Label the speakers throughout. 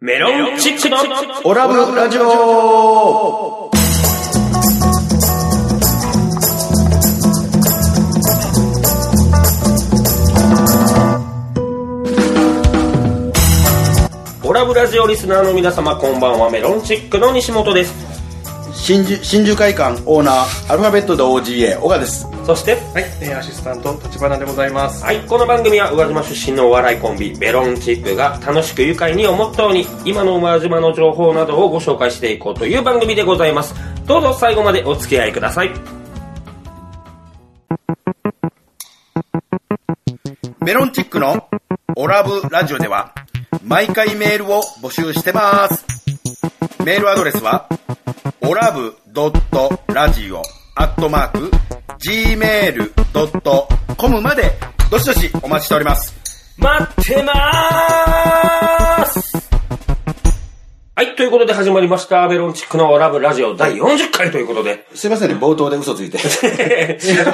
Speaker 1: メロンチックの
Speaker 2: オラブラジオ
Speaker 1: オラブラジオリスナーの皆様こんばんはメロンチックの西本です
Speaker 2: 新宿新宿会館オーナーアルファベットで OGA 小川です
Speaker 1: そして
Speaker 3: はい、えーアシスタント立花でございます。
Speaker 1: はいこの番組は宇和島出身のお笑いコンビメロンチックが楽しく愉快にをモットーに今の宇和島の情報などをご紹介していこうという番組でございますどうぞ最後までお付き合いください
Speaker 2: メロンチックのオラブラジオでは毎回メールを募集してますメールアドレスはオラブドットラジオアットマーク gmail.com までどしどしお待ちしております
Speaker 1: 待ってまーすはい、ということで始まりました、メロンチックのオラブラジオ第40回ということで。
Speaker 2: すいませんね冒頭で嘘 ついて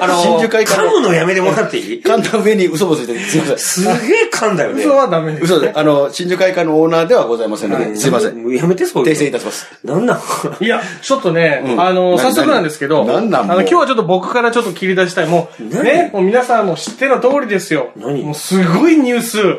Speaker 1: あの、
Speaker 2: 新宿会館
Speaker 1: 噛むのやめてもらって いい
Speaker 2: 簡単上に嘘もついてすいません
Speaker 1: すげえ噛んだよね。
Speaker 3: 嘘はダメです。
Speaker 2: 嘘で、あの、新宿会館のオーナーではございませんので、すいません。
Speaker 1: もうやめて、そういうの
Speaker 2: 訂正いたします。
Speaker 1: なんなん
Speaker 3: いや、ちょっとね、
Speaker 2: うん
Speaker 3: あの、
Speaker 2: 何
Speaker 3: 早速なんですけど、
Speaker 2: 何何な
Speaker 3: あ
Speaker 2: ん
Speaker 3: の、
Speaker 2: もう
Speaker 3: 今日はちょっと僕からちょっと切り出したい。もう、
Speaker 1: 何
Speaker 3: ね、もう皆さんもう知っての通りですよ。
Speaker 1: 何
Speaker 3: もうすごいニュース、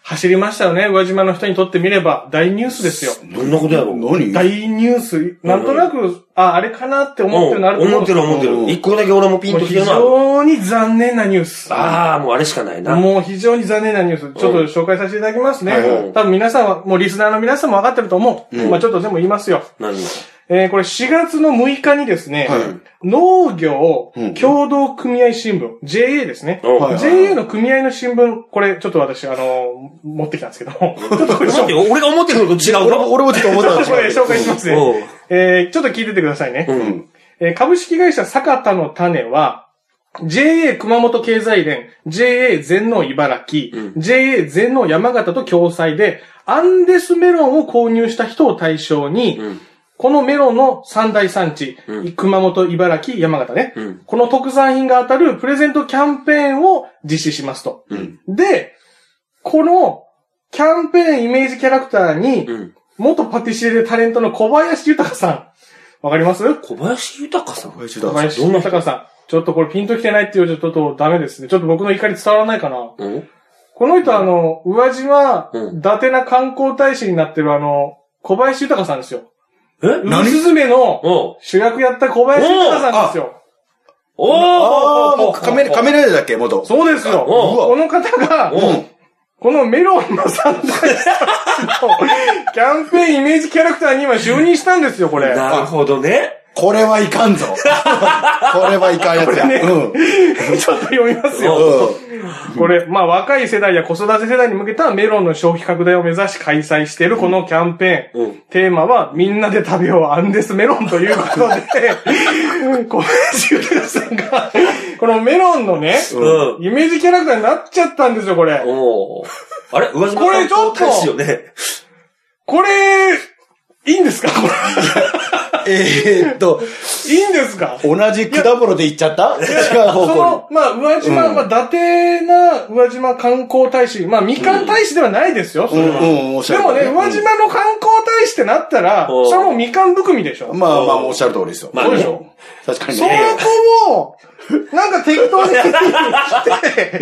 Speaker 3: 走りましたよね。宇和島の人にとってみれば、大ニュースですよ。
Speaker 1: どんなことやろう
Speaker 2: 何
Speaker 3: 大ニュース、なんとなく、あ、あれかなって思ってるのあると
Speaker 1: うん思ってる
Speaker 3: 思う
Speaker 1: 思って
Speaker 2: うん
Speaker 1: る。一個だけ俺もピンと
Speaker 3: もう
Speaker 1: きて
Speaker 3: 非
Speaker 1: るな。
Speaker 3: 常に残念なニュース。
Speaker 1: ああ、もうあれしかないな。
Speaker 3: もう非常に残念なニュース、ちょっと紹介させていただきますね。
Speaker 2: はい
Speaker 1: はい
Speaker 3: 多分皆さんは、もうリスナーの皆さんも分かってると思う。まあちょっと全部言いますよ。
Speaker 1: 何
Speaker 3: えーこれ4月の6日にですね、農業協同組合新聞、JA ですね。
Speaker 1: うんはい
Speaker 2: はい
Speaker 3: JA の組合の新聞、これちょっと私、あの、持ってきたんですけど、ちょっとこれ
Speaker 1: 待って、俺が思ってるのと違う
Speaker 2: 俺
Speaker 1: な。
Speaker 2: も、俺もちょっと思ったんです
Speaker 3: これ紹介しますね
Speaker 1: うん。
Speaker 3: えーちょっと聞いててくださいね。
Speaker 1: うん。
Speaker 3: えー株式会社坂田の種は、JA 熊本経済連、JA 全農茨城、JA 全農山形と共催で、アンデスメロンを購入した人を対象に、
Speaker 1: ん
Speaker 3: このメロンの三大産地、
Speaker 1: うん
Speaker 3: 熊本、茨城、山形ね、
Speaker 1: うん
Speaker 3: この特産品が当たるプレゼントキャンペーンを実施しますと。
Speaker 2: うん
Speaker 3: で、このキャンペーンイメージキャラクターに、
Speaker 1: うん。
Speaker 3: 元パティシエでタレントの小林豊さん、わかります
Speaker 1: 小林豊さん
Speaker 2: 小林
Speaker 3: 小
Speaker 2: 豊
Speaker 3: 林隆さん。ちょっとこれピンときてないっていうとちょっとダメですね。ちょっと僕の怒り伝わらないかな。
Speaker 1: うん
Speaker 3: この人あの、宇和島、
Speaker 1: う
Speaker 3: 伊達な観光大使になってるあの、小林豊さんですよ。
Speaker 1: え
Speaker 3: ウマ娘の
Speaker 1: おう
Speaker 3: 主役やった小林豊さんですよ。
Speaker 1: お
Speaker 2: ああ、も
Speaker 1: お
Speaker 2: うカメラ、カメラだっけ、元。
Speaker 3: そうですよ。
Speaker 1: お
Speaker 2: う
Speaker 3: この方が、
Speaker 1: おう
Speaker 3: このメロンの三大スのキャンペーンイメージキャラクターに今就任したんですよ、これ。
Speaker 1: なるほどね。
Speaker 2: これはいかんぞ。こ れはいかんやつや。うん。
Speaker 3: ちょっと読みますよ。
Speaker 2: う
Speaker 3: これ、まあ若い世代や子育て世代に向けたメロンの消費拡大を目指し開催しているこのキャンペーン。
Speaker 1: うん
Speaker 3: テーマは、みんなで食べようアンデスメロンということで、小林豊さんが、このメロンのね、
Speaker 1: うん。
Speaker 3: イメージキャラクターになっちゃったんですよ、これ。
Speaker 1: おお。あれ上島
Speaker 3: これちょっと
Speaker 1: ですよね。
Speaker 3: これ、いいんですかこ
Speaker 2: ん。えーっと、
Speaker 3: れ。いいんですか
Speaker 2: 同じ果物で行っちゃった違う
Speaker 3: そ
Speaker 2: 方向
Speaker 3: の、まあ、宇和島、まあ、伊達な宇和島観光大使、まあ、みかん大使ではないですよ、そ
Speaker 2: に。う
Speaker 3: れは。
Speaker 2: ん、うん、おっしゃ
Speaker 3: で
Speaker 2: る
Speaker 3: もね、
Speaker 2: 通り
Speaker 3: 宇和島の観光大使ってなったら、
Speaker 1: うん
Speaker 3: それはもうみかん含みでしょ。
Speaker 2: うんまあまあ、おっしゃる通りですよ。
Speaker 1: まあ
Speaker 2: そ
Speaker 1: ね
Speaker 2: うでしょ。確かに
Speaker 3: その
Speaker 2: ね。
Speaker 3: 子を、なんか適当にして、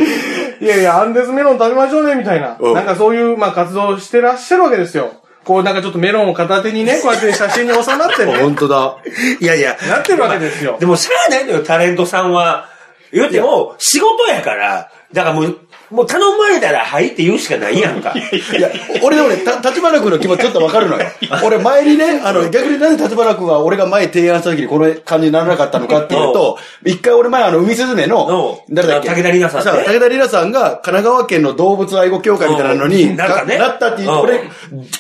Speaker 3: い やいや、アンデスメロン食べましょうね、みたいな。
Speaker 2: うん
Speaker 3: なんかそういう、まあ活動をしてらっしゃるわけですよ。こうなんかちょっとメロンを片手に ね、こうやって写真に収まってね、
Speaker 2: 本当だ。
Speaker 1: いやいや。
Speaker 3: なってるわけですよ
Speaker 1: で。もしゃあないのよ、タレントさんは。言うても、仕事やから、だからもう、もう頼まれたらはいって言うしかないや んか。
Speaker 2: いや、俺でもね、た、立花君の気持ちちょっとわかる のよ。俺前にね、あの、逆になぜ立花君は俺が前提案した時にこの感じにならなかったのかっていう と、一回俺前あの、海すずめの、
Speaker 1: うん
Speaker 2: 誰だっけ
Speaker 1: あ武田里奈さんね
Speaker 2: そう武田里奈さんが神奈川県の動物愛護協会みたいなの
Speaker 1: う
Speaker 2: に、
Speaker 1: ん なんかね
Speaker 2: なったっていう、
Speaker 1: うん
Speaker 2: 俺、こ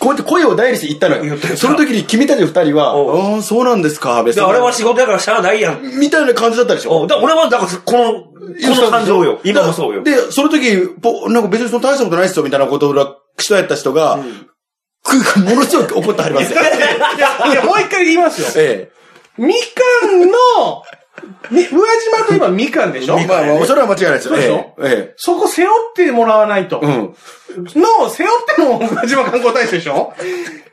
Speaker 2: うやって声を代理して言ったの
Speaker 1: 言
Speaker 2: よ
Speaker 1: った言っ。た
Speaker 2: その時に君たち二人は、
Speaker 1: う
Speaker 2: ああ、そうなんですか、別
Speaker 1: で、あれは、仕事やからしゃあないやん。
Speaker 2: みたいな感じだったでしょ
Speaker 1: お。だから俺は、だからこの、この感情よ。今もそうよ。
Speaker 2: で、その時、ぽなんか別にその大したことないっすよ、みたいなことを、人やった人が、くものすごく怒ってはりますよ。
Speaker 3: いや、もう一回言いますよ。
Speaker 2: え
Speaker 3: みかんのみ、宇和島といえばみかんでしょ
Speaker 2: まあまあ、それは間違いないです
Speaker 3: そうで
Speaker 2: よ。え
Speaker 3: しょ
Speaker 2: ええ
Speaker 3: そこ背負ってもらわないと。
Speaker 2: え。うん。
Speaker 3: の、背負っても宇和島観光大使でしょ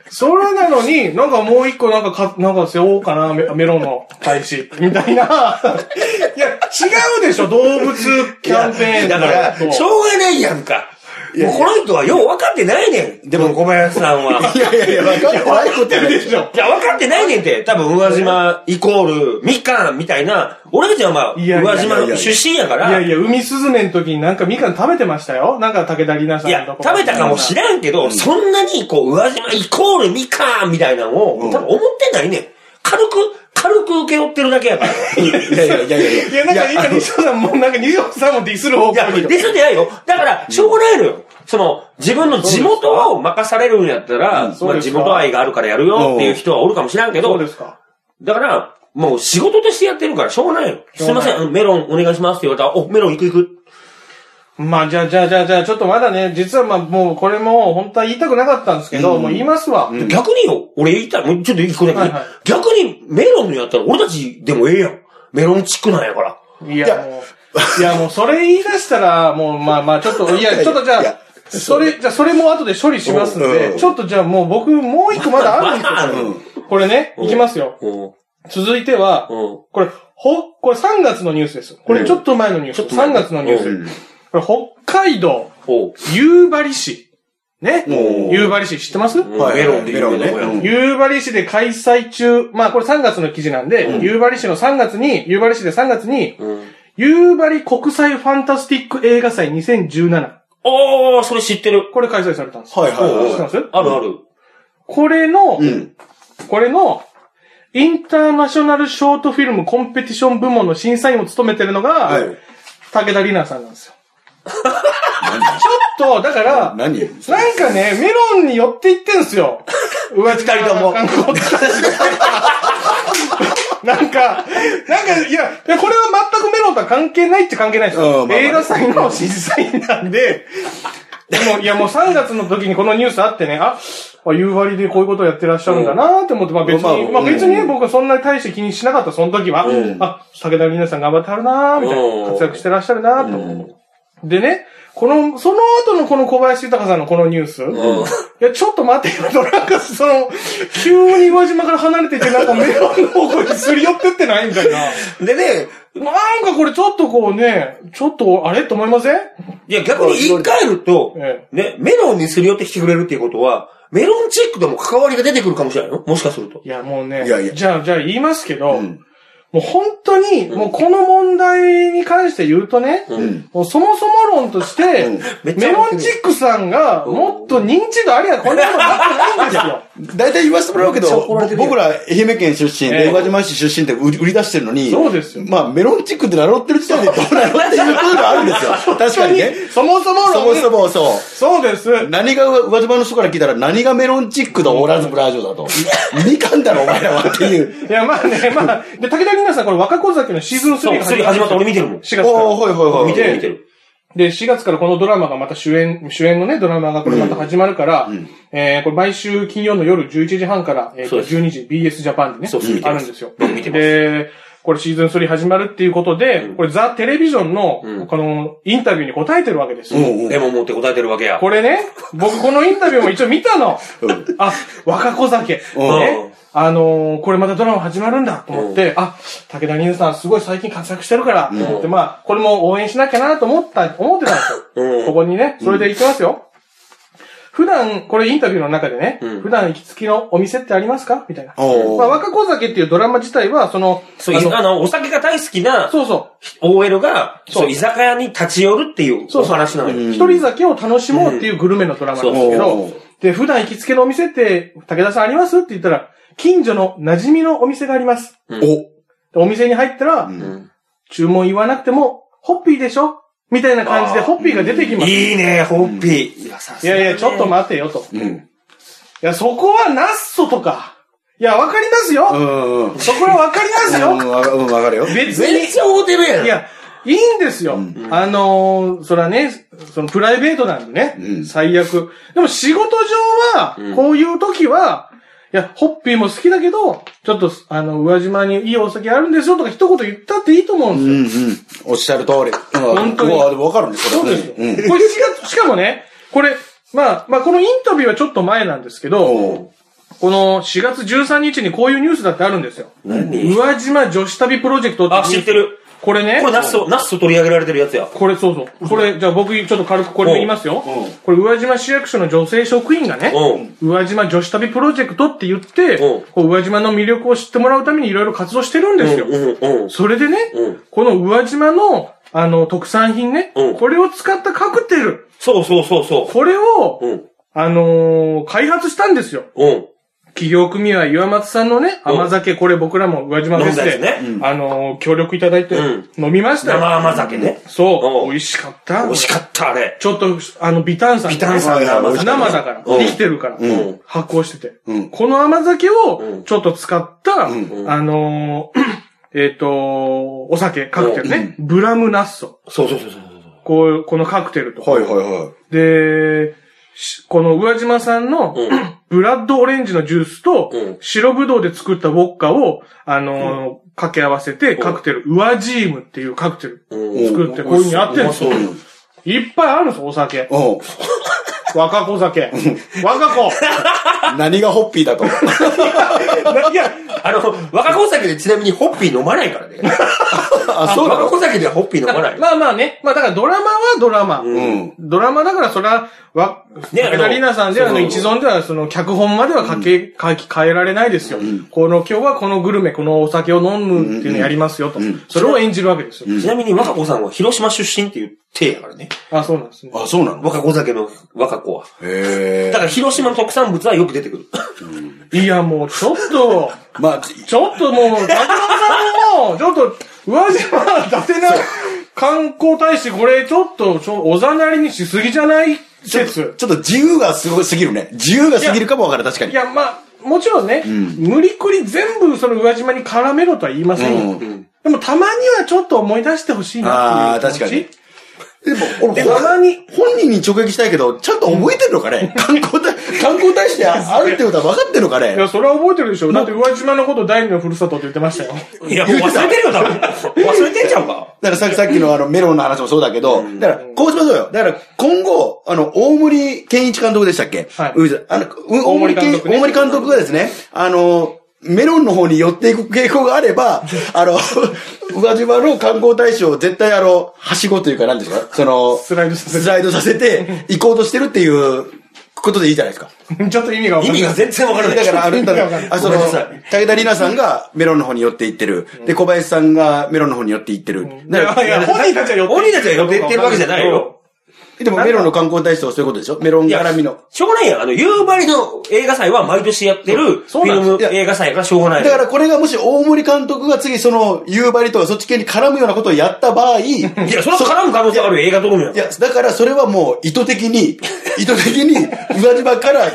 Speaker 3: それなのに、なんかもう一個なんかか、なんか背負おうかな、メメロンの大使、みたいな。いや、違うでしょ、動物キャンペーン
Speaker 1: だから、しょうがないやんか。もうこの人はよう分かってないねん。でも小林さんは。
Speaker 2: いやいやいや、分かってないことやない
Speaker 3: でしょ。
Speaker 1: いや、分かってないねんって。多分、宇和島イコール、みかんみたいな。俺たちはまあ、
Speaker 3: いやい
Speaker 1: 宇
Speaker 3: や
Speaker 1: 和島の出身やか
Speaker 3: いや
Speaker 1: ら。
Speaker 3: い
Speaker 1: い
Speaker 3: や、海スズメの時になんかみかん食べてましたよなんか武田里奈さんの
Speaker 1: や
Speaker 3: と、こ
Speaker 1: 食べたかもし
Speaker 3: れ
Speaker 1: らんけど、そんなに、こう、宇和島イコールみかんみたいなのを、多分思ってないねん。軽く、軽く受け負ってるだけ やから。
Speaker 2: いやいやいやいや
Speaker 3: いや、なんか今、西尾さんも、なんか西尾さんもディスる方
Speaker 1: いや、
Speaker 3: 向に。
Speaker 1: ディスってないよ。だから、しょうがないのよ。その、自分の地元を任されるんやったら、
Speaker 3: そう
Speaker 1: まあ
Speaker 3: です
Speaker 1: 地
Speaker 3: か
Speaker 1: 元愛があるからやるよっていう人はおるかもしらんけ
Speaker 3: どう
Speaker 1: ど
Speaker 3: で、すか
Speaker 1: だから、もう仕事としてやってるからしょうがないよ。すいません、あのメロンお願いしますって言われたら、お、メロン行く行く。
Speaker 3: まあ、じゃあ、じゃあ、じゃあ、じゃあ、ちょっとまだね、実はまあ、もう、これも、本当は言いたくなかったんですけど、もう言いますわ。
Speaker 1: 逆によ、俺言ったら、もうちょっと一個だけ、
Speaker 3: はいはい
Speaker 1: 逆にメロンのやったら俺たちでもええやん。メロンチックなんやから。
Speaker 3: いや、もう、いや、もう、それ言い出したら、もう、まあまあ、ちょ っと、いや、ちょっとじゃ
Speaker 2: い
Speaker 3: あ
Speaker 2: や、
Speaker 3: それ、じゃあ、それも後で処理しますん
Speaker 2: う
Speaker 3: で、
Speaker 2: ん
Speaker 3: ちょっとじゃあ、もう僕、もう一個まだあるんです よ。これね、いきますよ。
Speaker 1: うん。
Speaker 3: 続いては、
Speaker 1: うん。
Speaker 3: これ、ほ、これ3月のニュースです。これちょっと前のニュース。
Speaker 1: ちょっと前
Speaker 3: 3月のニュース。
Speaker 1: うん
Speaker 3: これ北海道
Speaker 1: おう。
Speaker 3: 夕張市。ね
Speaker 2: おー
Speaker 3: 夕張市知ってます
Speaker 1: うんメロンで有名なとこや
Speaker 2: メロンね
Speaker 3: 夕張市で開催中、まあこれ3月の記事なんで、夕張市の3月に、夕張市で3月に、
Speaker 1: うん。
Speaker 3: 夕張国際ファンタスティック映画祭2017。
Speaker 1: おー、それ知ってる。
Speaker 3: これ開催されたんです。
Speaker 2: はいはい
Speaker 3: 知って
Speaker 2: は
Speaker 3: ます
Speaker 1: あるある。
Speaker 3: これの、
Speaker 2: い。うん。
Speaker 3: これの、インターナショナルショートフィルムコンペティション部門の審査員を務めてるのが、
Speaker 2: はい。
Speaker 3: 武田里奈さんなんです よ。ちょっと、だから、
Speaker 2: 何
Speaker 3: なんかね、メロンに寄っていってんすよ。うわ、二
Speaker 1: 人とも
Speaker 3: 観光なんか、なんか、いや、いやこれは全くメロンとは関係ないって関係ないですよ。
Speaker 2: うんまあまあ
Speaker 3: 映画祭の審査員なんで、でも、いやもう3月の時にこのニュースあってね、あ、あ夕張でこういうことやってらっしゃるんだなって思って、まあ別
Speaker 2: まあ
Speaker 3: に、まあ
Speaker 2: うん
Speaker 3: 別にね僕はそんなに大して気にしなかった、その時は。あ、武田里奈さん頑張ってはるなみたいな。
Speaker 1: うん
Speaker 3: 活躍してらっしゃるなとでね、この、その後のこの小林豊さんのこのニュース、いや、ちょっと待ってよ、 なんかその、急に宇和島から離れていて、なんかメロンの方向にすり寄ってってないみた いな。
Speaker 2: でね、
Speaker 3: なんかこれちょっとこうね、ちょっと、あれと思いません
Speaker 1: いや、逆に言い換えると、
Speaker 3: え
Speaker 1: ね、メロンにすり寄ってきてくれるっていうことは、メロンチックでも関わりが出てくるかもしれないのもしかすると。
Speaker 3: いや、もうね、
Speaker 2: いやいや
Speaker 3: じゃあ、じゃあ言いますけど、
Speaker 2: うん
Speaker 3: もう本当に、もうこの問題に関して言うとね、
Speaker 2: ん
Speaker 3: もうそもそも論として、
Speaker 2: うん
Speaker 1: めっちゃ
Speaker 3: メロンチックさんが、もっと認知度ありゃこんなことになってないんですよ。
Speaker 2: 大体言わせてもらうけど
Speaker 1: めっちゃ怒られて、るよ
Speaker 2: 僕ら愛媛県出身、
Speaker 3: ええ
Speaker 2: 大和島市出身って売り売り出してるのに、
Speaker 3: そうですよ
Speaker 2: まあ、メロンチックって名乗ってる時点でどうなのっていうことがあるんですよ。確かにね。
Speaker 3: そもそも論
Speaker 2: そもそもそう。
Speaker 3: そうです。
Speaker 2: 何が、上島の人から聞いたら、何がメロンチックだ、オーラズブラージョだと。みかんだろ、お前らはってい う。
Speaker 3: いや、まあ ね、まあ、で、武田里奈さん、これ若子崎のシーズン
Speaker 1: そう、
Speaker 3: 3が
Speaker 1: それ始まった俺見てるもん。
Speaker 3: 4月か
Speaker 2: お
Speaker 3: ら。
Speaker 2: ー、ほいほいほ
Speaker 1: 見
Speaker 2: い
Speaker 1: て。る見てる。
Speaker 3: で、4月からこのドラマがまた主演、主演のね、ドラマがこれまた始まるから、えー、これ毎週金曜の夜11時半から、えー
Speaker 1: そう
Speaker 3: と、
Speaker 1: です
Speaker 3: 12時 BS ジャパンでね
Speaker 1: そうです見、て
Speaker 3: あ
Speaker 1: ます
Speaker 3: るんですよ。
Speaker 1: 僕見てます
Speaker 3: で、これシーズン3始まるっていうことで、これザ・テレビジョンの、この、インタビューに答えてるわけですよ。
Speaker 2: うんうん
Speaker 1: レモン持って答えてるわけや。
Speaker 3: これね、僕このインタビューも一応見たの。あ、若子酒。
Speaker 2: うん
Speaker 3: ね。あのーこれまたドラマ始まるんだと思って、あ、武田凛さんすごい最近活躍してるから、と思って、まあ、これも応援しなきゃなと思った、思ってたんですよ。
Speaker 1: うん
Speaker 3: ここにね、それで行きますよ。普段、これインタビューの中でね、
Speaker 1: ん
Speaker 3: 普段行きつきのお店ってありますかみたいな。まあ、
Speaker 2: おー
Speaker 3: 若子酒っていうドラマ自体は、その、
Speaker 1: そう、
Speaker 3: あ
Speaker 1: い
Speaker 3: の
Speaker 1: あの、お酒が大好きな
Speaker 3: そうそう、
Speaker 1: OL が、
Speaker 3: そう
Speaker 1: そう、居酒屋に立ち寄るっていう
Speaker 3: そう
Speaker 1: お
Speaker 3: そう
Speaker 1: 話なのよ。
Speaker 3: 一人酒を楽しもうっていうグルメのドラマなんですけ
Speaker 2: うん
Speaker 3: ど
Speaker 2: そう、
Speaker 3: で、普段行きつけのお店って、武田さんありますって言ったら、近所の馴染みのお店があります。
Speaker 2: お、
Speaker 3: でお店に入ったら、
Speaker 1: ん
Speaker 3: 注文言わなくても、ホッピーでしょみたいな感じでホッピーが出てきます。い
Speaker 1: いいね、ホッピー。いや、さすが
Speaker 3: や
Speaker 1: だ
Speaker 3: い
Speaker 1: ね
Speaker 3: や、ちょっと待てよと。い
Speaker 2: うん。
Speaker 3: や、そこはナッソとか。いや、わかります
Speaker 2: う
Speaker 3: よ。
Speaker 2: んうん。うん、
Speaker 3: そこはわかりますよ。
Speaker 2: わかうんわかるよ。
Speaker 3: 別
Speaker 1: め
Speaker 3: に
Speaker 1: っ。ちゃ合うてるやん。
Speaker 3: いや、いいんですよ。あのーそれはね、そのプライベートなんでね、
Speaker 2: うん
Speaker 3: 最悪。でも仕事上は、こういう時は、や、ホッピーも好きだけど、ちょっと、あの、宇和島にいいお酒あるんですよとか一言言ったっていいと思うんですよ。
Speaker 2: うんうん。おっしゃる通り。本
Speaker 3: 本当に
Speaker 2: わ、でもわかるね、それ。
Speaker 3: そうですよ。
Speaker 2: うん。
Speaker 3: これしか、しかもね、これ、まあ、まあ、このインタビューはちょっと前なんですけ
Speaker 2: お
Speaker 3: ど
Speaker 2: う、
Speaker 3: この4月13日にこういうニュースだってあるんですよ。宇
Speaker 1: 何
Speaker 3: 和島女子旅プロジェクトっていう
Speaker 1: あ、知ってる。
Speaker 3: これね
Speaker 1: これ、ナッソ、ナッソ取り上げられてるやつや。
Speaker 3: これそうそう。これ、じゃあ僕ちょっと軽くこれ言いますよ
Speaker 2: うんうん。
Speaker 3: これ、宇和島市役所の女性職員がね、
Speaker 1: うん。
Speaker 3: 宇和島女子旅プロジェクトって言って、
Speaker 1: うん
Speaker 3: こう宇和島の魅力を知ってもらうためにいろいろ活動してるんですよ。
Speaker 1: うん、うん、うん。
Speaker 3: それでね、
Speaker 1: うん
Speaker 3: この宇和島の、あの、特産品ね、
Speaker 1: うん
Speaker 3: これを使ったカクテル、
Speaker 1: そうそうそうそ
Speaker 3: これを、
Speaker 1: う。うん、
Speaker 3: あのー開発したんですよ。
Speaker 1: うん。
Speaker 3: 企業組合岩松さんのね、
Speaker 1: うん
Speaker 3: 甘酒、これ僕らも宇和島フェス
Speaker 1: 飲んだや
Speaker 3: で、
Speaker 1: つね
Speaker 3: あのー協力いただいて
Speaker 1: うん、
Speaker 3: 飲みましたよ。
Speaker 1: 生甘酒ね。
Speaker 3: そうう、
Speaker 1: ん
Speaker 3: 美味しかった。
Speaker 1: 美味しかった、あれ。
Speaker 3: ちょっと、あの、ビタンさん。
Speaker 1: ビタン酸が甘
Speaker 3: 生
Speaker 1: 酒。
Speaker 3: だから、
Speaker 1: うん
Speaker 3: 生きてるから、
Speaker 1: うん
Speaker 3: 発酵してて、
Speaker 2: うん
Speaker 3: この甘酒
Speaker 1: う
Speaker 3: を
Speaker 1: ん
Speaker 3: ちょっと使った、
Speaker 2: うん
Speaker 3: あのー えっ、とお酒、カクテルね、ブラムナッソ。
Speaker 1: そうそうそうそう。
Speaker 3: こう、このカクテルと。
Speaker 2: はいはいは
Speaker 3: で、しこの宇和島産の、
Speaker 1: うん、
Speaker 3: ブラッドオレンジのジュースと、
Speaker 1: うん
Speaker 3: 白ぶどうで作ったウォッカを、あのー掛け合わせて、カクテル、ウワジームっていうカクテル
Speaker 1: うん。
Speaker 2: い。
Speaker 3: 作って、こういう風にやってるんですよ
Speaker 1: う。
Speaker 3: いっぱいあるんですよ、お酒。
Speaker 2: おう
Speaker 3: 若子酒。若 子。
Speaker 2: 何がホッピーだと。
Speaker 1: いや、あの、若子酒でちなみにホッピー飲まないからね。
Speaker 2: あ、そうな
Speaker 1: 若
Speaker 2: の
Speaker 1: 子酒ではホッピー飲まない。
Speaker 3: まあまあね。まあだからドラマはドラマ。
Speaker 2: うん。
Speaker 3: ドラマだからそれは、わ、
Speaker 1: ね
Speaker 3: ね、
Speaker 1: あの
Speaker 3: リナさんではあの
Speaker 1: そうそ
Speaker 3: 一
Speaker 1: うそう
Speaker 3: 存ではその脚本までは書け、書き変えられないですよ。この今日はこのグルメ、このお酒を飲むっていうのやりますよと。それを演じるわけですよ。
Speaker 1: ちなみに若子さんは広島出身っていう体やからね。
Speaker 3: あ、そうなんですね。
Speaker 2: あ、そうなの
Speaker 1: 若子酒の若子は。だ
Speaker 2: へえ
Speaker 1: か。ら広島の特産物はよく出てくる。
Speaker 3: いやもうちょっと、
Speaker 2: まあ、
Speaker 3: ちょっともう、中野さんも、ちょっと、宇和島、伊達な観光大使、これちょっと、ちょおざなりにしすぎじゃない説。
Speaker 2: ちょっと自由がすごすぎるね。自由がすぎるかもわからん、確か
Speaker 3: い
Speaker 2: に。
Speaker 3: や、まあ、もちろんね、無理くり全部その宇和島に絡めろとは言いませんよ。
Speaker 2: う
Speaker 3: でもたまにはちょっと思い出してほしいなっていう気持ち。
Speaker 2: あー確でも、俺、
Speaker 3: でたまに、
Speaker 2: 本人に直撃したいけど、ちゃんと覚えてるのかね観 光大、観光大使であるってことは分かってるのか
Speaker 3: いや、
Speaker 2: ね
Speaker 3: それは覚えてるでしょ。だって宇和島のこと第二のふるさとって言ってましたよ。
Speaker 1: いや、もう忘れてるよ、多分。忘れてんちゃうか。
Speaker 2: だからさっきさっきのあのメロンの話もそうだけど、だからこうしましょうよ。だから今後、あの、大森健一監督でしたっけ
Speaker 3: はい
Speaker 2: うんあの、うん大
Speaker 3: 大
Speaker 2: 森
Speaker 3: 森
Speaker 2: 健
Speaker 3: 監
Speaker 2: 一、
Speaker 3: 督ね
Speaker 2: 大森監督がですね、あの、メロンの方に寄っていく傾向があ れば、あの、宇和島の観光大使を絶対あの、はしごというか何ですかその、
Speaker 3: スライドさせて
Speaker 2: スライドさせ て行こうとしてるっていうことでいいじゃないですか。
Speaker 3: ちょっと意味がわか
Speaker 1: 意
Speaker 3: んな
Speaker 1: 味
Speaker 3: い。
Speaker 1: が全然わからない。
Speaker 2: だから、あの、だか
Speaker 3: わかんない
Speaker 2: ら、あ、その、
Speaker 1: ごめんなさ
Speaker 2: 武田里奈さんがメロンの方に寄っていってる。で、小林さんがメロンの方に寄っていってる。だか
Speaker 3: いやいや、本人たちは寄って
Speaker 1: 本人たちは寄ってってるわけじゃないよ。
Speaker 2: らでもメロンの観光大使とそういうことでしょメロン
Speaker 1: いや
Speaker 2: 絡みの。
Speaker 1: しょうがないよ。あの、夕張の映画祭は毎年やってるフ
Speaker 3: そうなんです
Speaker 1: ィル
Speaker 2: いや
Speaker 1: ム映画祭やからしょうがない
Speaker 2: だ
Speaker 1: のよ。
Speaker 2: からこれがもし大森監督が次その夕張とかそっち系に絡むようなことをやった 場合、い
Speaker 1: いや、それは絡む可能性あるよ、映画撮るのよ。
Speaker 2: や、だからそれはもう意図的 に、意図的に宇和島から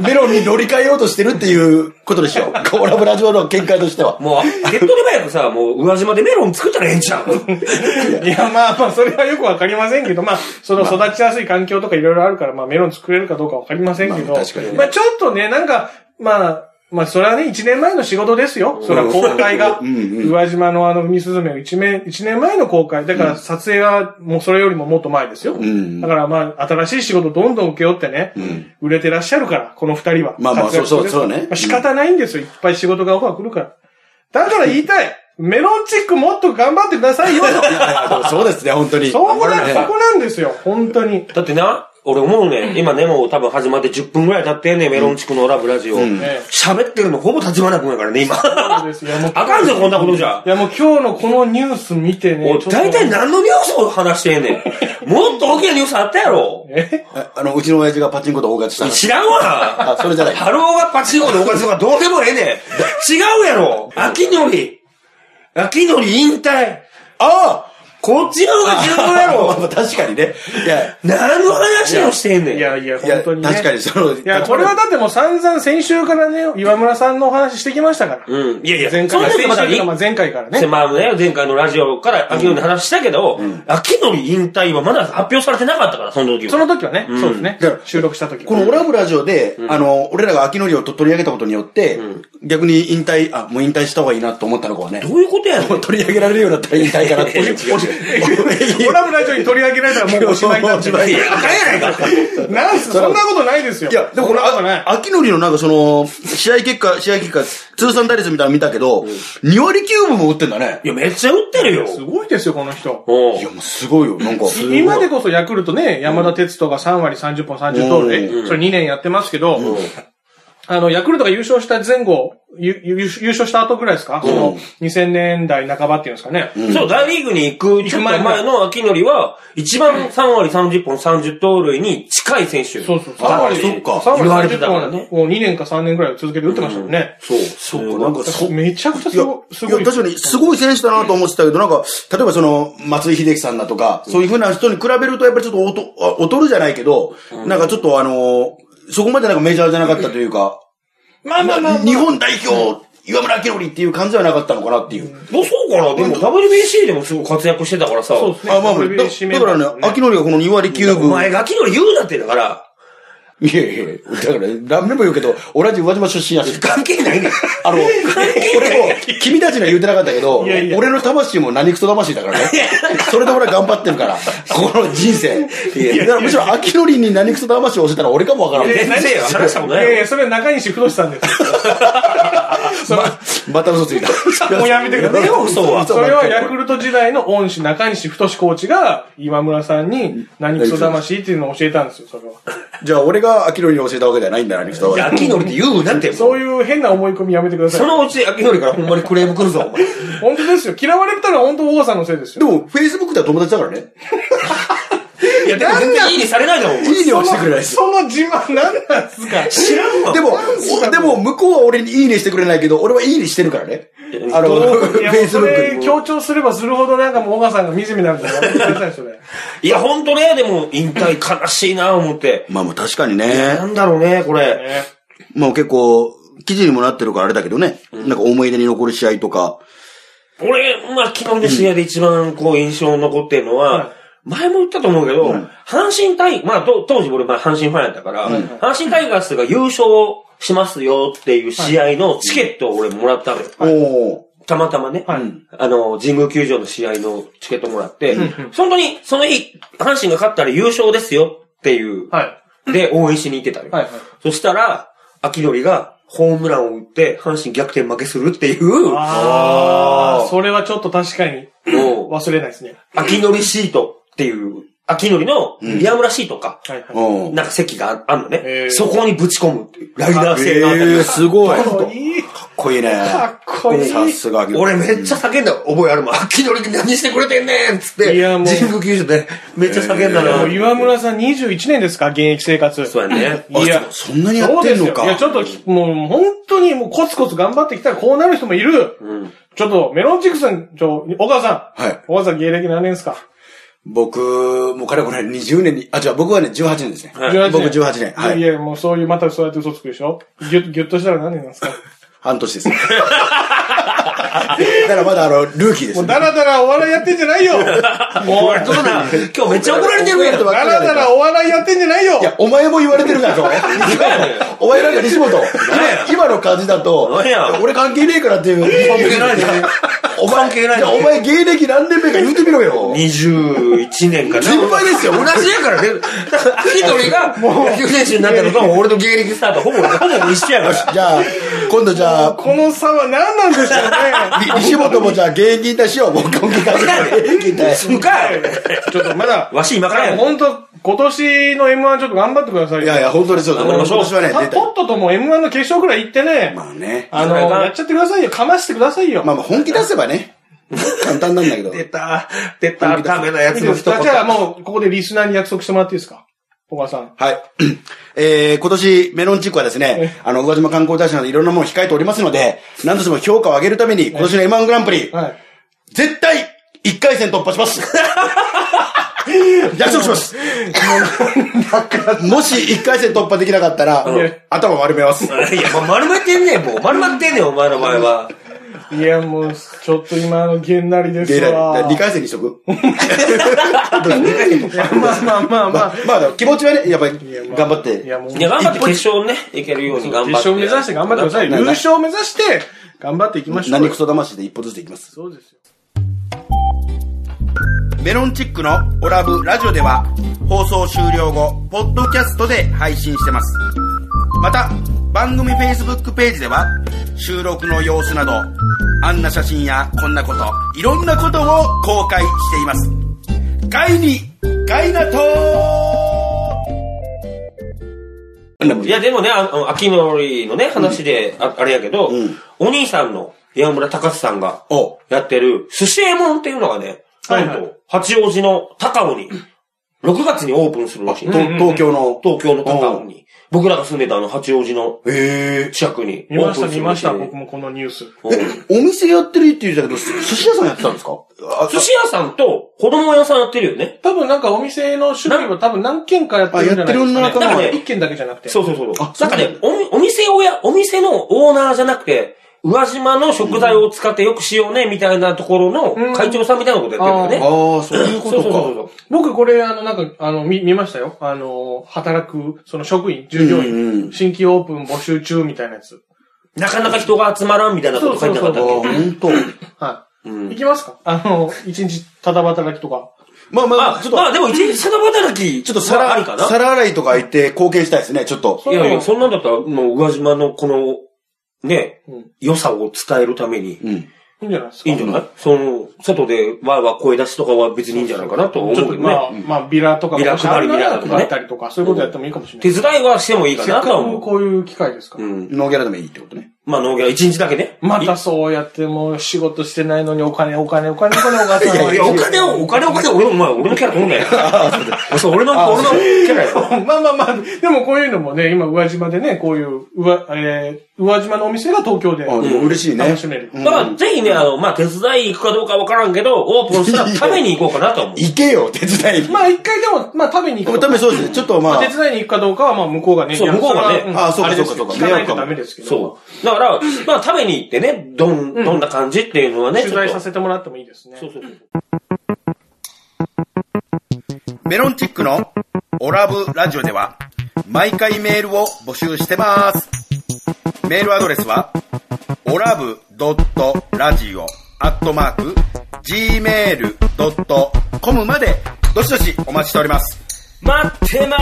Speaker 2: メロンに乗り換えようとしてるっていうことでしょコラボラジオの見解として は。
Speaker 1: もう、手っ取り早くさ、もう、宇和島でメロン作ったらええん ちゃう
Speaker 3: いや、まあまあ、それはよくわかりませんけど、まあ、その育ちやすい環境とかいろいろあるから、まあ、メロン作れるかどうかわかりませんけど、
Speaker 2: まあ確かにね
Speaker 3: まあちょっとね、なんか、まあ、まあ、それはね、一年前の仕事ですよ。それは公開が。宇和島のあの、海スズメ一年、一年前の公開。だから、撮影は、もうそれよりももっと前ですよ。
Speaker 2: ん
Speaker 3: だから、まあ、新しい仕事どんどん請け負ってね、売れてらっしゃるから、この二人は。
Speaker 2: まあまあ
Speaker 3: 活躍
Speaker 2: そうそう
Speaker 3: してる
Speaker 2: そうね
Speaker 3: まあ仕方ないんですよ。いっぱい仕事がオファー来るから。だから言いたい。メロンチックもっと頑張ってくだ さいよ。
Speaker 2: いやいやでもそうですね、本当に。
Speaker 3: そこなん、そこなんですよ、本当に。
Speaker 1: だってな、俺思うね、今ね、もう多分始まって10分ぐらい経ってんね、メロン地区のラブラジオ。
Speaker 3: ええ
Speaker 1: 喋ってるのほぼ立花君やからね、今。あ
Speaker 3: そうですよもう
Speaker 1: かんぞ、こんなことじゃ
Speaker 3: い。やもう今日のこのニュース見てね
Speaker 1: お、い、大体
Speaker 3: な。
Speaker 1: 何のニュースを話してんねん。もっと大きなニュースあったやろ。
Speaker 3: え
Speaker 2: ああの、うちの親父がパチンコと大勝ちした話。
Speaker 1: 知らん
Speaker 2: あ、
Speaker 1: わ。
Speaker 2: それじゃない。
Speaker 1: ハローがパチンコでおかずとかどうでもええねん。違うやろ。秋のり。秋のり引退。
Speaker 2: あ
Speaker 1: こっちの方が重要や
Speaker 2: まあま
Speaker 1: ろ
Speaker 2: あ確かにね。いや、
Speaker 1: 何の話をしてんねん。
Speaker 3: いやいや、
Speaker 2: いや、
Speaker 3: 本当
Speaker 2: 確
Speaker 3: に、ね。
Speaker 2: かにその、い
Speaker 3: いや、これはだってもう散々先週からね、岩村さんのお話してきましたから。
Speaker 1: うん。いやいや、
Speaker 3: 前回
Speaker 1: そん
Speaker 3: から、
Speaker 1: なこと
Speaker 3: 先週
Speaker 1: ま
Speaker 3: か
Speaker 1: だいい
Speaker 3: ら、まあ前回からね。
Speaker 1: まあね、前回のラジオから秋のに話したけど、秋のに引退はまだ発表されてなかったから、その時は。
Speaker 3: その時はね、
Speaker 1: ん
Speaker 3: そうですね
Speaker 2: だから。
Speaker 3: 収録した時は
Speaker 2: このオラブラジオで、あの、俺らが秋のりをと取り上げたことによって、逆に引退、あ、もう引退した方がいいなと思ったのかはね
Speaker 1: ど、ういうことやねん。
Speaker 2: 取り上げられるようになったら引退かなって。
Speaker 3: オラブラジオに取り上げられたらもうおしまいになっちゃう。
Speaker 2: いや
Speaker 1: あかんやないか。
Speaker 3: なんす、そんなことないですよ。
Speaker 2: いや、でもこ
Speaker 3: そ
Speaker 2: れ
Speaker 3: んなことない、。
Speaker 2: 秋のりのなんかその、試合結果、試合結果、通算打率みたいなの見たけど、2割9分も打ってんだね
Speaker 1: い。や、めっちゃ打ってるよ。
Speaker 3: すごいですよ、この人。
Speaker 1: おう
Speaker 2: いや、もうすごいよ、なんか。
Speaker 1: ごい
Speaker 3: 今でこそヤクルトね、山田哲人が3割30本30盗塁、
Speaker 2: う
Speaker 3: それ2年やってますけど、あの、ヤクルトが優勝した前後、ゆゆ優勝した後ぐらいですか、その2000年代半ばっていうんですかね。
Speaker 1: そう、大リーグに行く、ちょっと前の秋のりは、一番3割30本30盗塁に近い選手。
Speaker 3: そうそう、3
Speaker 2: あ
Speaker 3: 割、
Speaker 2: そっか
Speaker 3: 3
Speaker 1: 言われ
Speaker 3: 割
Speaker 1: て
Speaker 3: 30
Speaker 1: たからね
Speaker 3: 本を2年か3年ぐらい続けて打ってましたもんね。
Speaker 2: そう、そうか、なんかそ、
Speaker 3: めちゃくちゃ
Speaker 2: い
Speaker 3: す
Speaker 2: や
Speaker 3: ごい、すご
Speaker 2: い
Speaker 3: い。
Speaker 2: や確かに、すごい選手だなと思ってたけど、なんか、例えばその、松井秀喜さんだとか、そういうふうな人に比べると、やっぱりちょっとおとあ劣るじゃないけど、なんかちょっとあのー、そこまでなんかメジャーじゃなかったというか、
Speaker 1: まあまあまあまあ。
Speaker 2: 日本代表、岩村明織っていう感じはなかったのかなっていう。
Speaker 1: もうそうかな。でも WBC でもすごい活躍してたからさ。
Speaker 3: そうですね。
Speaker 2: あ、まあ、だ
Speaker 3: WBC メ
Speaker 2: だ
Speaker 3: ンバー
Speaker 2: から
Speaker 3: で
Speaker 2: ね
Speaker 3: す、
Speaker 2: 秋のりがこの2割9
Speaker 1: お
Speaker 2: 分。
Speaker 1: 前が秋のり言うなってだから、
Speaker 2: いやいやいやだから、何でも言うけど、同じ宇和島出身やし。
Speaker 1: 関係ないねん。
Speaker 2: あの、俺も、君たちには言うてなかったけど、
Speaker 3: いやいや
Speaker 2: 俺の魂も何クソ魂だからね。それで俺は頑張ってるから、この人生。だからむしろ秋のりに何クソ魂を教えたら俺かもわからん。
Speaker 1: や全然話したことない
Speaker 3: いやいや、それは中西不動さんです。 それは
Speaker 2: また嘘ついた。
Speaker 3: もうやめてください
Speaker 1: やめろ嘘は
Speaker 3: それはヤク
Speaker 2: ル
Speaker 3: ルト時代の恩師中西太コーチが今村さんに何クソ魂っていうのを教えたんですよ、それは。
Speaker 2: じゃあ俺が秋のりに教えたわけじゃないんだな、何クソ
Speaker 1: いや
Speaker 2: 魂。
Speaker 1: 秋のりって言うなって。もう
Speaker 3: そういう変な思い込みやめてくださ
Speaker 1: そ
Speaker 3: い。
Speaker 1: のうち秋のりからほんまにクレーム来るぞ、お 前。
Speaker 3: 本当ですよ。嫌われたら本当王さんのせいです
Speaker 2: で
Speaker 3: よ。
Speaker 2: も、Facebook では友達だからね。
Speaker 1: いや、でも全然いいにされないじゃん、お前。
Speaker 2: いいねをしてくれないです。
Speaker 3: その自慢なんなんすか
Speaker 1: 知らんわ。
Speaker 2: でも、おでも、向こうは俺にいいねしてくれないけど、俺はいいねしてるからね。あの、
Speaker 3: いやもうそ
Speaker 2: Facebook
Speaker 3: れ
Speaker 2: に。
Speaker 3: 強調すればするほどなんかもう小川さんが惨めなんでやめてください、それ。
Speaker 1: いや、ほんとね、でも、引退悲しいな、思って。
Speaker 2: まあまあ確かにね
Speaker 1: な。んだろうね、これ。
Speaker 3: ね
Speaker 2: まあ結構、記事にもなってるからあれだけどね。なんか思い出に残る試合とか。
Speaker 1: 俺、まあ、昨日の試合で一番、こう、印象に残ってるの
Speaker 3: はい
Speaker 1: は、前も言ったと思うけど、
Speaker 2: ん
Speaker 1: 阪神対、まあ、と当時俺、まあ、阪神ファンやったから、阪神タイガースが優勝しますよっていう試合のチケットを俺もらったのよ。
Speaker 2: おお。
Speaker 1: たまたまね、
Speaker 3: はい
Speaker 1: あの、神宮球場の試合のチケットもらって、本当に、その日、阪神が勝ったら優勝ですよっていう、
Speaker 3: はい。
Speaker 1: で、応援しに行ってたのよ。
Speaker 3: はいはい
Speaker 1: そしたら、秋のりが、ホームランを打って、阪神逆転負けするっていう、
Speaker 3: あ
Speaker 2: あ
Speaker 3: あ、
Speaker 2: ー
Speaker 3: それはちょっと確かに
Speaker 1: もう、
Speaker 3: 忘れないですね。
Speaker 1: 秋のりシートっていう、秋のりの、宮村シートか、
Speaker 3: はいはい。
Speaker 2: お
Speaker 1: なんか席があんの
Speaker 3: へ
Speaker 1: ね。
Speaker 3: ー
Speaker 1: そこにぶち込むっていう、ライダー
Speaker 2: え
Speaker 1: 性があったり
Speaker 2: ー、すごい。
Speaker 3: かっこ
Speaker 2: か
Speaker 3: いい。
Speaker 2: っこいいね。
Speaker 3: かっこいい。
Speaker 2: さすが。
Speaker 1: 俺めっちゃ叫んだ覚えあるもん。秋のりに何してくれてんねんっつって、
Speaker 3: いやもう
Speaker 1: 神宮球場でめっちゃ叫んだ
Speaker 3: も
Speaker 1: な
Speaker 3: う。岩村さん21年ですか現役生活。
Speaker 1: そうやね。
Speaker 2: あ
Speaker 3: いや、
Speaker 2: そそんなにやってんのか
Speaker 3: そうですよいや、ちょっとき、もう本当にもうコツコツ頑張ってきたらこうなる人もいる。
Speaker 1: うん。
Speaker 3: ちょっと、メロンチックさん、ちょ、小川さん。
Speaker 2: はい
Speaker 3: 小川さん芸歴何年ですか
Speaker 2: 僕、もうかれこれ20年に、あ、違う、僕はね、18年ですね。
Speaker 1: はい
Speaker 3: 18年。
Speaker 2: 僕18年。はいい。
Speaker 3: やいや、もうそういう、またそうやって嘘つくでしょぎゅっ、ぎゅっとしたら何年なんですか
Speaker 2: 半年です。だ からまだあの、ルーキーで
Speaker 3: も
Speaker 2: す
Speaker 3: う
Speaker 2: ね。
Speaker 3: ダラダ ラお笑いやってんじゃないよもう、
Speaker 1: どうな今日めっちゃ怒られてるやん。
Speaker 3: ダラダラお笑いやってんじゃないよ
Speaker 2: いや、お前も言われてるから、それ。お前なんか西本、今今の感じだと
Speaker 1: 何や、
Speaker 2: 俺関係ねえからっていう。
Speaker 1: 関係ないね
Speaker 2: お前、
Speaker 1: 関係ないね
Speaker 2: やお前芸歴何年目か言うてみろよ。
Speaker 1: 21年かな。
Speaker 2: 先輩ですよ
Speaker 1: 同じや からね。だから、秋鳥が野球選手になったのと、俺と芸歴スタートほぼ、ほぼ一緒やから。
Speaker 2: じゃあ、今度じゃあ、
Speaker 3: この差は何なんでしょう ね
Speaker 2: り西本もじゃあ現役引退しよう。もう今期から現役引退。
Speaker 1: すかい
Speaker 3: ちょっとまだ、
Speaker 1: わし今からやん。
Speaker 3: 本当今年の M1 ちょっと頑張ってくださいよ。
Speaker 2: いやいや、本当にそうだ。
Speaker 1: 頑張りましょう
Speaker 2: 今年はね、
Speaker 3: パ
Speaker 2: 出
Speaker 3: ッと
Speaker 2: た。
Speaker 3: っととも M1 の決勝くらい行ってね、
Speaker 2: まあね。
Speaker 3: あの、
Speaker 1: それが
Speaker 3: やっちゃってくださいよ。かましてくださいよ。
Speaker 2: まあまあ本気出せばね、簡単なんだけど。
Speaker 1: 出た、出た、ダメなや
Speaker 3: い
Speaker 1: つ
Speaker 3: いで
Speaker 1: の
Speaker 3: す
Speaker 1: 一
Speaker 3: か
Speaker 1: 言。
Speaker 3: じゃあもう、ここでリスナーに約束してもらっていいですか小川さん。
Speaker 2: はい。 えー、今年、メロンチックはですね、あの、宇和島観光大使などいろんなものを控えておりますので、何としても評価を上げるために、今年の M1 グランプリ、
Speaker 3: はい。
Speaker 2: 絶対、1一回戦突破 します。約束します。もし一回戦突破できなかったら、頭丸めます。
Speaker 1: いや、もう丸まってんねん、もう。丸まってんねん、お前の場合は。
Speaker 3: いや、もう、ちょっと今のげんなりです
Speaker 2: ゲイラ
Speaker 3: わ。
Speaker 2: 二回 戦にしとく
Speaker 3: まあまあまあま
Speaker 2: まあ
Speaker 3: あ。、
Speaker 2: まあ、気持ちはね、やっぱり頑張っ
Speaker 3: い
Speaker 2: て。
Speaker 3: や、もう、
Speaker 1: いや、頑張って
Speaker 3: 一歩
Speaker 1: 決勝ね、いけるように頑張って。
Speaker 3: 決勝目指して頑張ってください。
Speaker 2: な
Speaker 3: 優
Speaker 2: んだ
Speaker 3: 勝目指して、頑張っていきましょう。
Speaker 2: 何クソ魂で一歩ずついきます。
Speaker 3: そうですよ。
Speaker 2: メロンチックのオラブラジオでは放送終了後、ポッドキャストで配信してます。また、番組 Facebook ページでは収録の様子など、あんな写真やこんなこと、いろんなことを公開しています。ガイに、ガイナトー
Speaker 1: いや、でもね、あの、秋のりのね、話で、ああれやけど、
Speaker 2: ん
Speaker 1: お兄さんの山村隆史さんが
Speaker 2: お
Speaker 1: やってる、寿司えもんっていうのがね、
Speaker 3: はい
Speaker 1: なんと、八王子の高尾に、6月にオープンするらしい。
Speaker 2: と東京の、
Speaker 1: 東京の高尾に。僕らが住んでたあの、八王子の
Speaker 2: へえ。
Speaker 1: 近くに。
Speaker 3: 見ました、見ました、
Speaker 1: オー
Speaker 3: 僕
Speaker 1: プン
Speaker 3: もこのニュース。
Speaker 1: するらしいうん
Speaker 2: お店やってるって言うじゃけど、寿司屋さんやってたんですか
Speaker 1: 寿司屋さんと子供屋さんやってるよね。
Speaker 3: 多分なんかお店の種類は多分何軒かやってるんじゃないですか、
Speaker 2: あ
Speaker 3: ね。
Speaker 2: やってる
Speaker 1: 女の子
Speaker 3: 多
Speaker 1: も
Speaker 3: 分一軒だけじゃなくて。
Speaker 1: そうそうそう。
Speaker 2: あ
Speaker 1: なんかね、おお店をや、お店のオーナーじゃなくて、宇和島の食材を使ってよくしようね、みたいなところ
Speaker 3: うん
Speaker 1: の会長さんみたいなことやってるよね。
Speaker 2: ああ、そういう
Speaker 1: そうそうそうそう。
Speaker 3: 僕これ、あの、なんか、あの、見、見ましたよ。あの、働く、その職員、従業員、
Speaker 2: うんうん
Speaker 3: 新規オープン募集中みたいなやつ。
Speaker 1: なかなか人が集まらんみたいなこと書いてなかったっけ
Speaker 3: そうそう
Speaker 2: あ本当。
Speaker 3: はい。
Speaker 1: うん
Speaker 3: 行きますかあの、一日、ただ働きとか。
Speaker 2: まあまあ、
Speaker 1: あ
Speaker 2: ちょっ、と
Speaker 1: ま、あでも一日その働き、ちょっと皿ありかな。
Speaker 2: 皿洗いとか行って貢献したいですね、ちょっと。
Speaker 1: いやいや、そんなんだったら、もう宇和島のこの、ね、
Speaker 3: うん
Speaker 1: 良さを伝えるために、
Speaker 2: うん。
Speaker 3: いいんじゃないですか
Speaker 1: いいんじゃないその、外でわーわー声出しとかは別にいいんじゃないかなと思う
Speaker 3: ちょっ
Speaker 1: よ
Speaker 3: と
Speaker 1: ね。
Speaker 3: まあ、まあ、ビラとか、
Speaker 1: ビラ配り
Speaker 3: もしあ
Speaker 1: ビラ
Speaker 3: るなら
Speaker 1: とかね
Speaker 3: 配ったりとか、そういうことやってもいいかもしれな
Speaker 1: 手
Speaker 3: い。
Speaker 1: 伝いはしてもいいか
Speaker 3: せっ
Speaker 1: な
Speaker 3: か
Speaker 1: とは
Speaker 3: く
Speaker 1: 思
Speaker 3: こういう機会ですか
Speaker 1: う。う
Speaker 3: ら。
Speaker 1: ん。
Speaker 2: ノーギャラでもいいってことね。
Speaker 1: まあ農業は一日だけね。
Speaker 3: またそうやってもう仕事してないのにお金、お金、お金、お金、お金、お金。
Speaker 1: いや、お金を、お金お金、俺の、お前、俺のキャラ取んなよ。そう、俺の、俺のキャラよ。
Speaker 3: まあまあまあ、でもこういうのもね、今、宇和島でね、こういう、宇和、えー、宇和島のお店が東京で
Speaker 2: あ、でも嬉しいね。
Speaker 3: 楽しめる。
Speaker 2: うん
Speaker 1: だから、ぜひね、あの、まあ、手伝い行くかどうかわからんけど、オープンしたら食べに行こうかなと思う。
Speaker 2: 行けよ、手伝いに。
Speaker 3: まあ一回でも、まあ食べに行
Speaker 2: で
Speaker 3: くと
Speaker 2: も
Speaker 3: か。
Speaker 2: 多分そうですね。ちょっとま
Speaker 3: まあ
Speaker 2: あ
Speaker 3: 手、伝いに行くかどうかは、まあ向こうがね、
Speaker 1: そう
Speaker 3: いや
Speaker 1: 向こうがね
Speaker 3: れはん
Speaker 2: あそうか
Speaker 3: れです
Speaker 2: そうかそう
Speaker 3: 聞
Speaker 2: か
Speaker 3: かないとダメですけど。
Speaker 1: そう。だから、まあ、食べに行ってね、どん、どんな感じっていうのはね、
Speaker 3: 取
Speaker 1: ちょっと
Speaker 3: 材さ。せてもらってもいいですね。
Speaker 1: そうそうそう。
Speaker 2: メロンチックのオラブラジオでは、毎回メールを募集してます。メールアドレスは、オラブドットラジオアットマーク、gmail.com まで、どしどしお待ちしております。
Speaker 1: 待ってま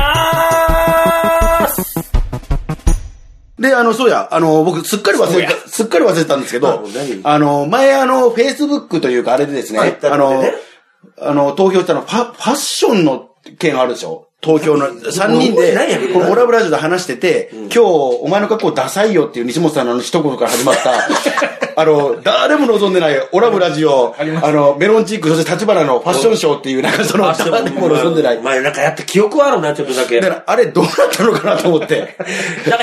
Speaker 1: ーす
Speaker 2: で、あの、そうや、あの、僕、すっかり忘れた、すっかり忘れてたんですけ
Speaker 1: あ
Speaker 2: ど
Speaker 1: 何、
Speaker 2: あの、前、あの、Facebook というか、あれでですね、
Speaker 1: はい
Speaker 2: あの
Speaker 1: ね、
Speaker 2: あの、投票したの、ファ、ファッションの件あるでしょ東京の3人
Speaker 1: 覚えてないや
Speaker 2: で
Speaker 1: ん、
Speaker 2: このオラブラジオで話してて、今日、お前の格好ダサいよっていう西本さんのあの一言から始まった、あの、誰も望んでないオラブラジオ、
Speaker 3: ありまし
Speaker 2: あの、メロンチック、そして立花のファッションショーっていう、なんかその、誰も望んでない。
Speaker 1: お前、なんかやった記憶はあるな、ちょっとだけ。
Speaker 2: だか、
Speaker 1: なんから
Speaker 2: あれどうなったのかなと思って。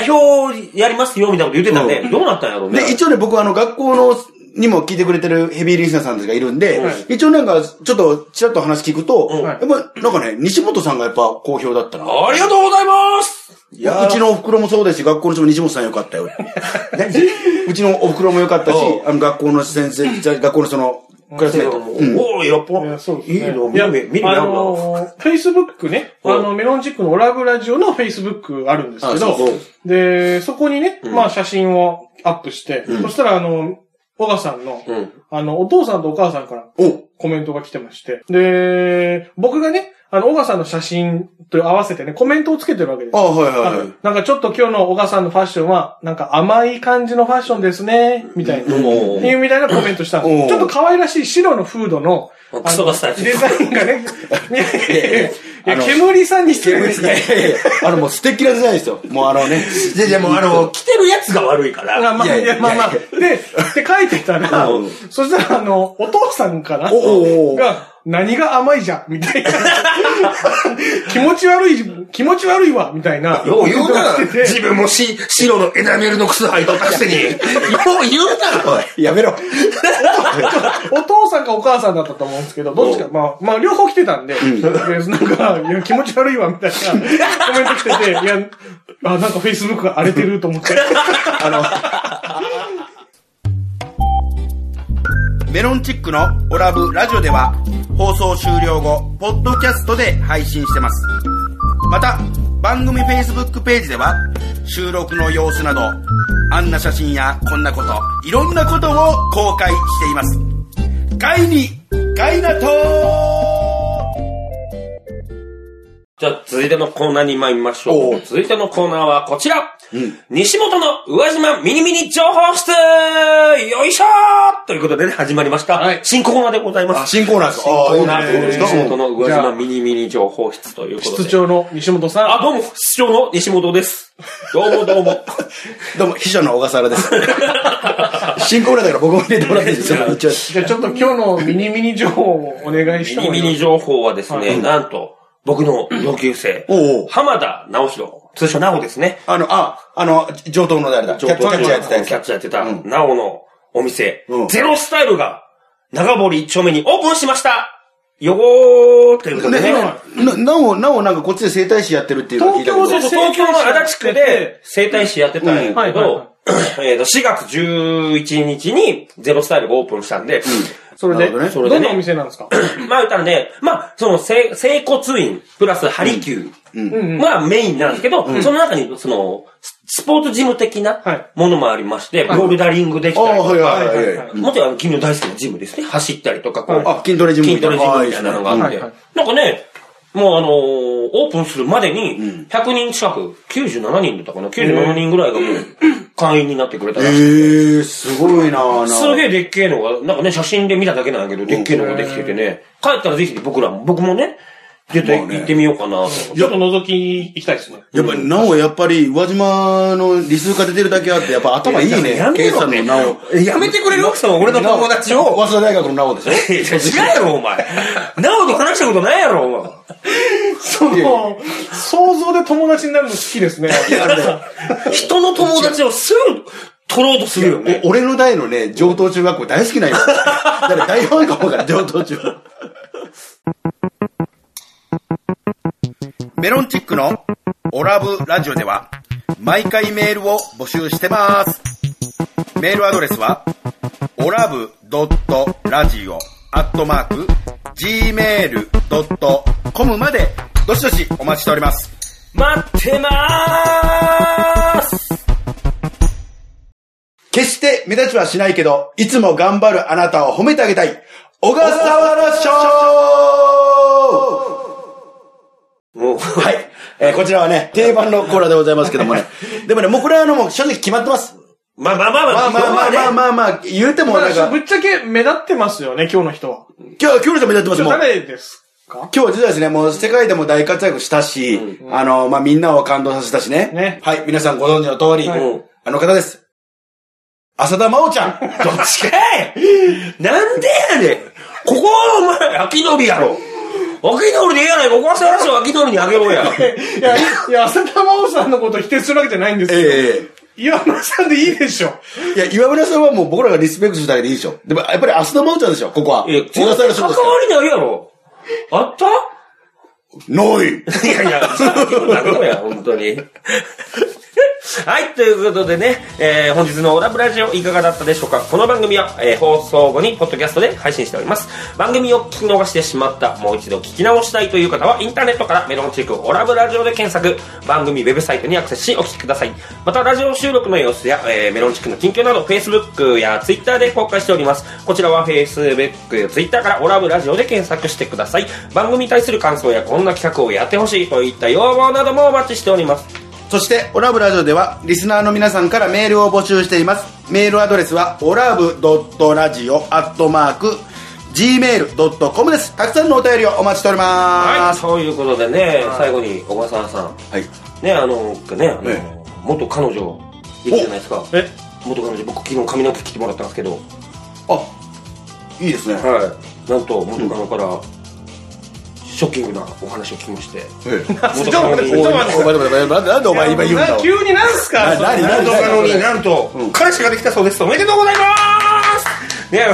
Speaker 1: 表やりますよ、みたいなこと言ってたんで、どうなったんやろうね。
Speaker 2: で、一応ね、僕はあの、学校の、にも聞いてくれてるヘビーリスナーさんたちがいるんで、一応なんか、ちょっと、ちらっと話聞くと、
Speaker 1: ん
Speaker 2: やっぱ、なんかね、西本さんがやっぱ好評だったな。
Speaker 1: ありがとうございます
Speaker 2: いやうちのお袋もそうですし、学校の人も西本さんよか ったよ。うちのお袋もよかったし
Speaker 1: う、
Speaker 2: あの、学校の先生、じゃ学校のその、クラスメートも。うん
Speaker 1: おお、やっぱ
Speaker 3: いや、そうです
Speaker 1: いい
Speaker 3: ね。
Speaker 1: の、
Speaker 3: い
Speaker 1: 見
Speaker 3: や
Speaker 1: る目、見る目あ
Speaker 3: あ
Speaker 1: るな。
Speaker 3: のー、Facebook ね、あ
Speaker 1: うん
Speaker 3: の、メロンチックのオラブラジオの Facebook あるんですけ
Speaker 2: あそうそ
Speaker 3: ど、で、そこにね、まあ写真をアップして、そしたらあの、小川さんの、
Speaker 1: うん。
Speaker 3: あの、お父さんとお母さんから
Speaker 2: お
Speaker 3: コメントが来てまして、で、僕がね、あの、小川さんの写真と合わせてね、コメントをつけてるわけです
Speaker 2: あ。はいはい
Speaker 3: あ
Speaker 2: はい。
Speaker 3: なんかちょっと今日の小川さんのファッションは、なんか甘い感じのファッションですね、みたいな。
Speaker 1: お
Speaker 3: っていうみたいなコメントしたんで
Speaker 2: お
Speaker 3: す。
Speaker 2: う
Speaker 3: ちょっと可愛らしい白のフードの、
Speaker 1: おクソがしたやつ
Speaker 3: デザインが ね、いやいやいやいや
Speaker 2: あの
Speaker 3: 煙さんにしてるんです
Speaker 2: いやいやいやあの、もう素敵なデザインですよ。もうあのね。いやいや、もうあの、
Speaker 1: 来てるやつが悪いから。
Speaker 3: まあま
Speaker 2: い
Speaker 3: あ、
Speaker 2: やい
Speaker 3: い
Speaker 2: や
Speaker 3: やまあまあ。
Speaker 2: いや
Speaker 3: で、って書いてたら
Speaker 1: うん、
Speaker 3: そしたらあの、お父さんかな
Speaker 2: おうおうおう
Speaker 3: が、何が甘いじゃんみたいな。 気持ち悪い、気持ち悪いわみたいな。
Speaker 4: よう言うな
Speaker 3: 言って て
Speaker 4: 自分もし、白のエナメルの靴履いとったくせに。よう言うなおい。
Speaker 2: やめろ。
Speaker 3: お父さんかお母さんだったと思うんですけど、どっちか、まあ、まあ、両方来てたんで、でなんか、いや、気持ち悪いわ、みたいな、コメント来てて、いや、あ、なんか Facebook が荒れてると思って。
Speaker 5: メロンチックのオラブラジオでは放送終了後、ポッドキャストで配信してます。また、番組 Facebook ページでは収録の様子など、あんな写真やこんなこと、いろんなことを公開しています。ガイに、ガイナトー
Speaker 1: じゃあ、続いてのコーナーに参りましょう。続いてのコーナーはこちら、西本の宇和島ミニミニ情報室よいしょーということでね、始まりました。
Speaker 3: はい
Speaker 1: 新コーナーでございます。
Speaker 2: 新コーナーです。ああ、い
Speaker 1: コ
Speaker 2: い
Speaker 1: ーナーということ
Speaker 2: ね
Speaker 1: で、西本の宇和島ミニミニ情報室ということで。
Speaker 3: 室長の西本さん。
Speaker 1: あ、どうも、室長の西本です。どうもどうも。
Speaker 2: どうも、秘書の小笠 原です。新コーナーだから僕も入れてもらっていいですか一応。
Speaker 3: じゃあちょっと今日のミニミニ情報をお願いし
Speaker 1: ミ
Speaker 3: ても
Speaker 1: ニ
Speaker 3: い
Speaker 1: ミ
Speaker 3: い
Speaker 1: ニ情報はです
Speaker 3: は
Speaker 1: ね、
Speaker 3: い
Speaker 1: なんと、僕の同級生、
Speaker 2: おうおう
Speaker 1: 浜田直弘、通称直ですね。
Speaker 2: あの、あ、あの、上等の誰だキャッチャーやってたやつ
Speaker 1: キャッチャーやってた、
Speaker 2: うん
Speaker 1: なおのお店、
Speaker 2: うん
Speaker 1: ゼロスタイルが、長堀一丁目にオープンしましたよーということでね。
Speaker 2: ね、ななお、なおなんかこっちで整体師やってるっていうのを聞いたけど。
Speaker 1: そうそう東京の足立区で整体師やってたんや
Speaker 3: は
Speaker 1: け
Speaker 3: いはいは
Speaker 1: ど、えーと4月11日にゼロスタイルがオープンしたんで、
Speaker 3: それで、
Speaker 2: なるほどね
Speaker 1: それでね
Speaker 3: どんなお店なんですか
Speaker 1: まあ言ったらね、まあ、その、整整骨院、プラス、ハリキューがメインなんですけど、その中に、その、ススポーツジム的な
Speaker 3: はい
Speaker 1: ものもありまして、
Speaker 3: い
Speaker 1: ボルダリングでき
Speaker 2: ああ、
Speaker 1: たりと
Speaker 2: はい
Speaker 1: か、
Speaker 2: はいはいはい。
Speaker 1: もちろんあの、君の大好きなジムですね。走ったりとか、こう、
Speaker 2: あ、筋トレジム
Speaker 1: 筋
Speaker 2: みた
Speaker 1: ト
Speaker 2: い
Speaker 1: レ
Speaker 2: な。
Speaker 1: ジムみたいなのがあっ
Speaker 3: はい
Speaker 1: て
Speaker 3: はい、
Speaker 1: なんかね、もうあのーオープンするまでに、100人近く、97人だったかな、97人ぐらいがもう、会員になってくれたらしい。
Speaker 2: ええー、すごいなぁ。
Speaker 1: すげ
Speaker 2: え。
Speaker 1: えでっけえのが、なんかね、写真で見ただけなんやけど、でっけえのができててね、帰ったらぜひ僕らも、僕もね、出て行ってみようかなと思って。
Speaker 3: ちょっと覗きに行きたいですね。
Speaker 2: やっぱり、なお、やっぱり、宇和島の理数化出てるだけあって、やっぱ頭いいね。
Speaker 1: やめ
Speaker 2: イさ
Speaker 1: ろ
Speaker 2: ん
Speaker 1: ね
Speaker 2: のなお。
Speaker 1: やめてくれる奥さんは俺の友達を。
Speaker 2: 早稲田大学のなおでしょ
Speaker 1: いや違うやろ、お前。なおと話したことないやろ、お前。
Speaker 3: その、想像で友達になるの好きです ね。
Speaker 1: 人の友達をすぐ取ろうとするよね。
Speaker 2: お俺の代のね、上等中学校大好きなんよ。だから大ファンかもから、上等中。
Speaker 5: メロンチックのオラブラジオでは毎回メールを募集してます。メールアドレスは、オラブドットラジオアットマーク、gmail.com まで、どしどしお待ちしております。
Speaker 1: 待ってまーす
Speaker 2: 決して目立ちはしないけど、いつも頑張るあなたを褒めてあげたい。小笠原賞
Speaker 1: もう、
Speaker 2: はい。えーこちらはね、定番のコーナーでございますけど もね。でもね、もうこれはあの、もう正直決まってます。
Speaker 1: まあまあまあ
Speaker 2: まあまあまあまあ
Speaker 1: ね
Speaker 2: まあまあ、言うても
Speaker 3: ま
Speaker 2: なん
Speaker 3: あ
Speaker 2: か、
Speaker 3: ぶっちゃけ目立ってますよね、今日の人は。
Speaker 2: 今日、今日の人目立ってます、もう。
Speaker 3: 誰ですか
Speaker 2: 今日は実はですね、もう世界でも大活躍したし、あの、まあ、みんなを感動させたしね。
Speaker 3: ね
Speaker 2: はい、皆さんご存知の通り、
Speaker 1: はい
Speaker 2: あの方です。浅田真央ちゃん。
Speaker 1: どっちかいなんでやねんここはお前、秋のりやろ秋のりでええやないか、小笠原賞秋のりにあげろや。
Speaker 3: いや、いや、浅田真央さんのことを否定するわけじゃないんですよ。
Speaker 2: え
Speaker 3: 岩村さんでいいでしょ。
Speaker 2: えいや、岩村さんはもう僕らがリスペクトしただけでいいでしょ。でも、やっぱり浅田真央ちゃんでしょ、ここは。
Speaker 1: え、
Speaker 2: 小笠原賞
Speaker 1: 関
Speaker 2: で
Speaker 1: わ
Speaker 2: すか
Speaker 1: りないやろあった
Speaker 2: ら。ノイ
Speaker 1: いやいや、さっきのだけだよ、本当に。はい、ということでね、えー本日のオラブラジオいかがだったでしょうかこの番組は、えー放送後にポッドキャストで配信しております。番組を聞き逃してしまった、もう一度聞き直したいという方は、インターネットからメロンチックオラブラジオで検索、番組ウェブサイトにアクセスしお聞きください。また、ラジオ収録の様子や、えーメロンチックの近況など、Facebook や Twitter で公開しております。こちらは Facebook や Twitter からオラブラジオで検索してください。番組に対する感想やこんな企画をやってほしいといった要望などもお待ちしております。
Speaker 2: そして、オラブラジオでは、リスナーの皆さんからメールを募集しています。メールアドレスは、オラブドットラジオアットマーク、gmail.com です。たくさんのお便りをお待ちしており
Speaker 1: は
Speaker 2: ま
Speaker 1: い、
Speaker 2: す。
Speaker 1: そういうことでね、最後に小笠原さん、
Speaker 2: はい。
Speaker 1: ね、あの、ね、あの、
Speaker 2: え
Speaker 1: 元彼女、いるじゃないですか。
Speaker 3: え
Speaker 1: 元彼女、僕昨日髪の毛切ってもらったんですけど、
Speaker 2: あ、いいですね。
Speaker 1: はい。なんと、元彼女から、ショッキングなお話を聞きまして。
Speaker 3: ちょっと待って、ちょっと待って。
Speaker 2: お前なんでなんでお前今言うんだ
Speaker 3: な急になんすか
Speaker 2: な
Speaker 3: それ
Speaker 2: 何何
Speaker 1: なんとかのになんと、彼氏ができたそうです。おめでとうございますね
Speaker 3: な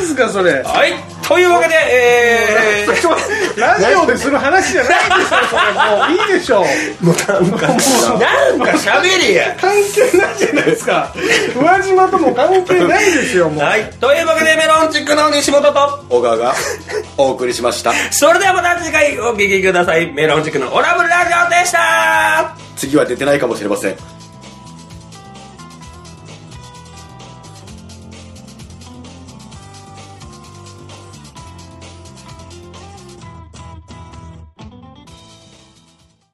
Speaker 3: んすかそれ。
Speaker 1: はい。というわけで、えー、
Speaker 3: ラジオでする話じゃないでしょ、それ。もういいでしょう。
Speaker 1: なんか喋れや。
Speaker 3: 関係ないじゃないですか。宇和島とも関係ないですよ、もう。
Speaker 1: はい。というわけで、メロンチックの西本と、
Speaker 2: 小川がお送りしました
Speaker 1: それではまた次回お聞きください。メロンチックのオラブルラジオでした
Speaker 2: 次は出てないかもしれません